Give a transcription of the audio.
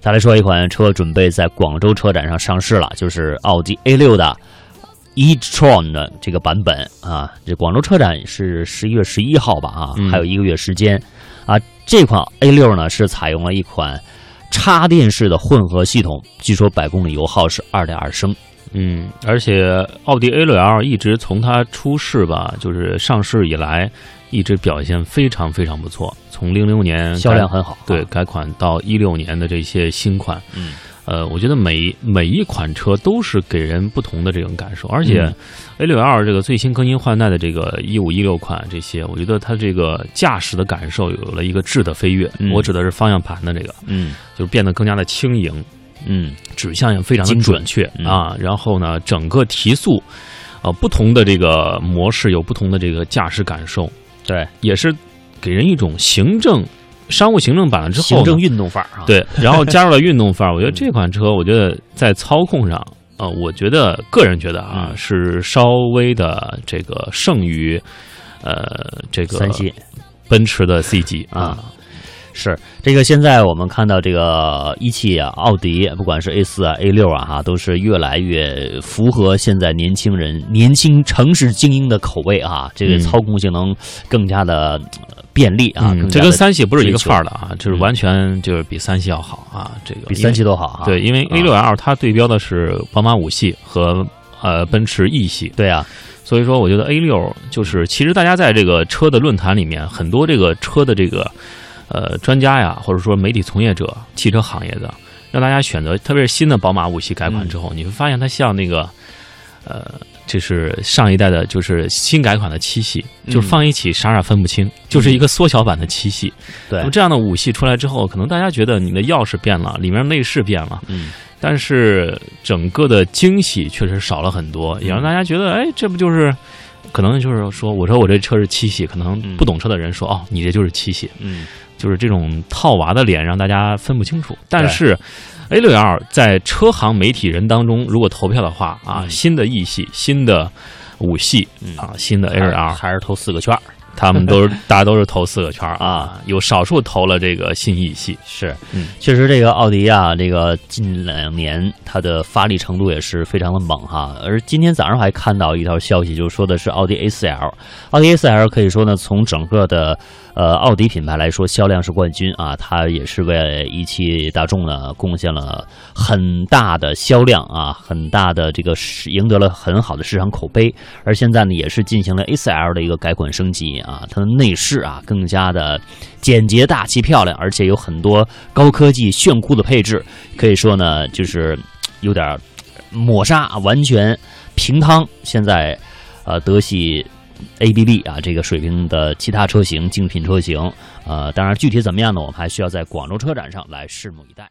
再来说一款车，准备在广州车展上上市了，就是奥迪 A 六的 e-tron 的这个版本啊。这广州车展是十一月十一号吧啊，嗯还有一个月时间啊。这款 A 六呢是采用了一款插电式的混合系统，据说百公里油耗是二点二升。嗯，而且奥迪 A 六 L 一直从它出世吧，就是上市以来，一直表现非常非常不错。从零六年销量很好，嗯啊对，改款到一六年的这些新款，嗯，呃，我觉得每每一款车都是给人不同的这种感受，而且嗯 A 六 L 这个最新更新换代的这个一五一六款这些，我觉得它这个驾驶的感受有了一个质的飞跃。嗯我指的是方向盘的这个，嗯就是变得更加的轻盈，嗯指向也非常的精准准确嗯啊。然后呢，整个提速，啊，不同的这个模式有不同的这个驾驶感受，对，也是给人一种行政商务行政版了之后行呢，政运动范儿啊，，对，然后加入了运动范儿。我觉得这款车，我觉得在操控上，呃，我觉得个人觉得啊，嗯是稍微的这个胜于，呃，这个三系。奔驰的 C 级啊。是这个，现在我们看到这个一汽啊、奥迪，不管是 A 四啊、A 六啊，哈，都是越来越符合现在年轻人、年轻城市精英的口味啊。这个嗯操控性能更加的便利啊，嗯更这加跟的三系不是一个追求嗯范儿的啊，就是完全就是比三系要好啊。这个比因三为系都好啊。对，因为啊 A 六 L 它对标的是宝马五系和呃奔驰 E 系，对啊，所以说，我觉得 A 六就是，其实大家在这个车的论坛里面，很多这个车的这个呃专家呀，或者说媒体从业者、汽车行业的，让大家选择，特别是新的宝马五系改款之嗯后，你会发现它像那个呃，就是上一代的，就是新改款的七系，嗯就是放一起傻傻分不清，就是一个缩小版的七系。对那么，这样的五系出来之后，可能大家觉得你的钥匙变了，里面内饰变了。嗯，但是整个的惊喜确实少了很嗯多，也让大家觉得，哎，这不就是，可能就是说，我说我这车是七系，可能嗯不懂车的人说，哦，你这就是七系，嗯，就是这种套娃的脸让大家分不清楚。但是 A 六 L 在车行媒体人当中，如果投票的话啊，嗯新的 E 系、新的五系嗯啊、新的 A 还六是 L，还是投四个圈儿他们都是大家都是投四个圈儿啊，有少数投了这个新 E 系，是，嗯确实这个奥迪啊，这个近两年它的发力程度也是非常的猛哈。而今天早上还看到一条消息，就说的是奥迪 A4L，奥迪 A4L 可以说呢，从整个的呃奥迪品牌来说，销量是冠军啊，它也是为一汽大众呢贡献了很大的销量啊，很大的这个市赢得了很好的市场口碑。而现在呢，也是进行了 A4L 的一个改款升级啊，它的内饰啊更加的简洁、大气、漂亮，而且有很多高科技炫酷的配置，可以说呢，就是有点儿抹杀，啊完全平汤。现在，呃，德系 ABB 啊这个水平的其他车型、竞品车型，呃，当然具体怎么样呢，我们还需要在广州车展上来拭目以待。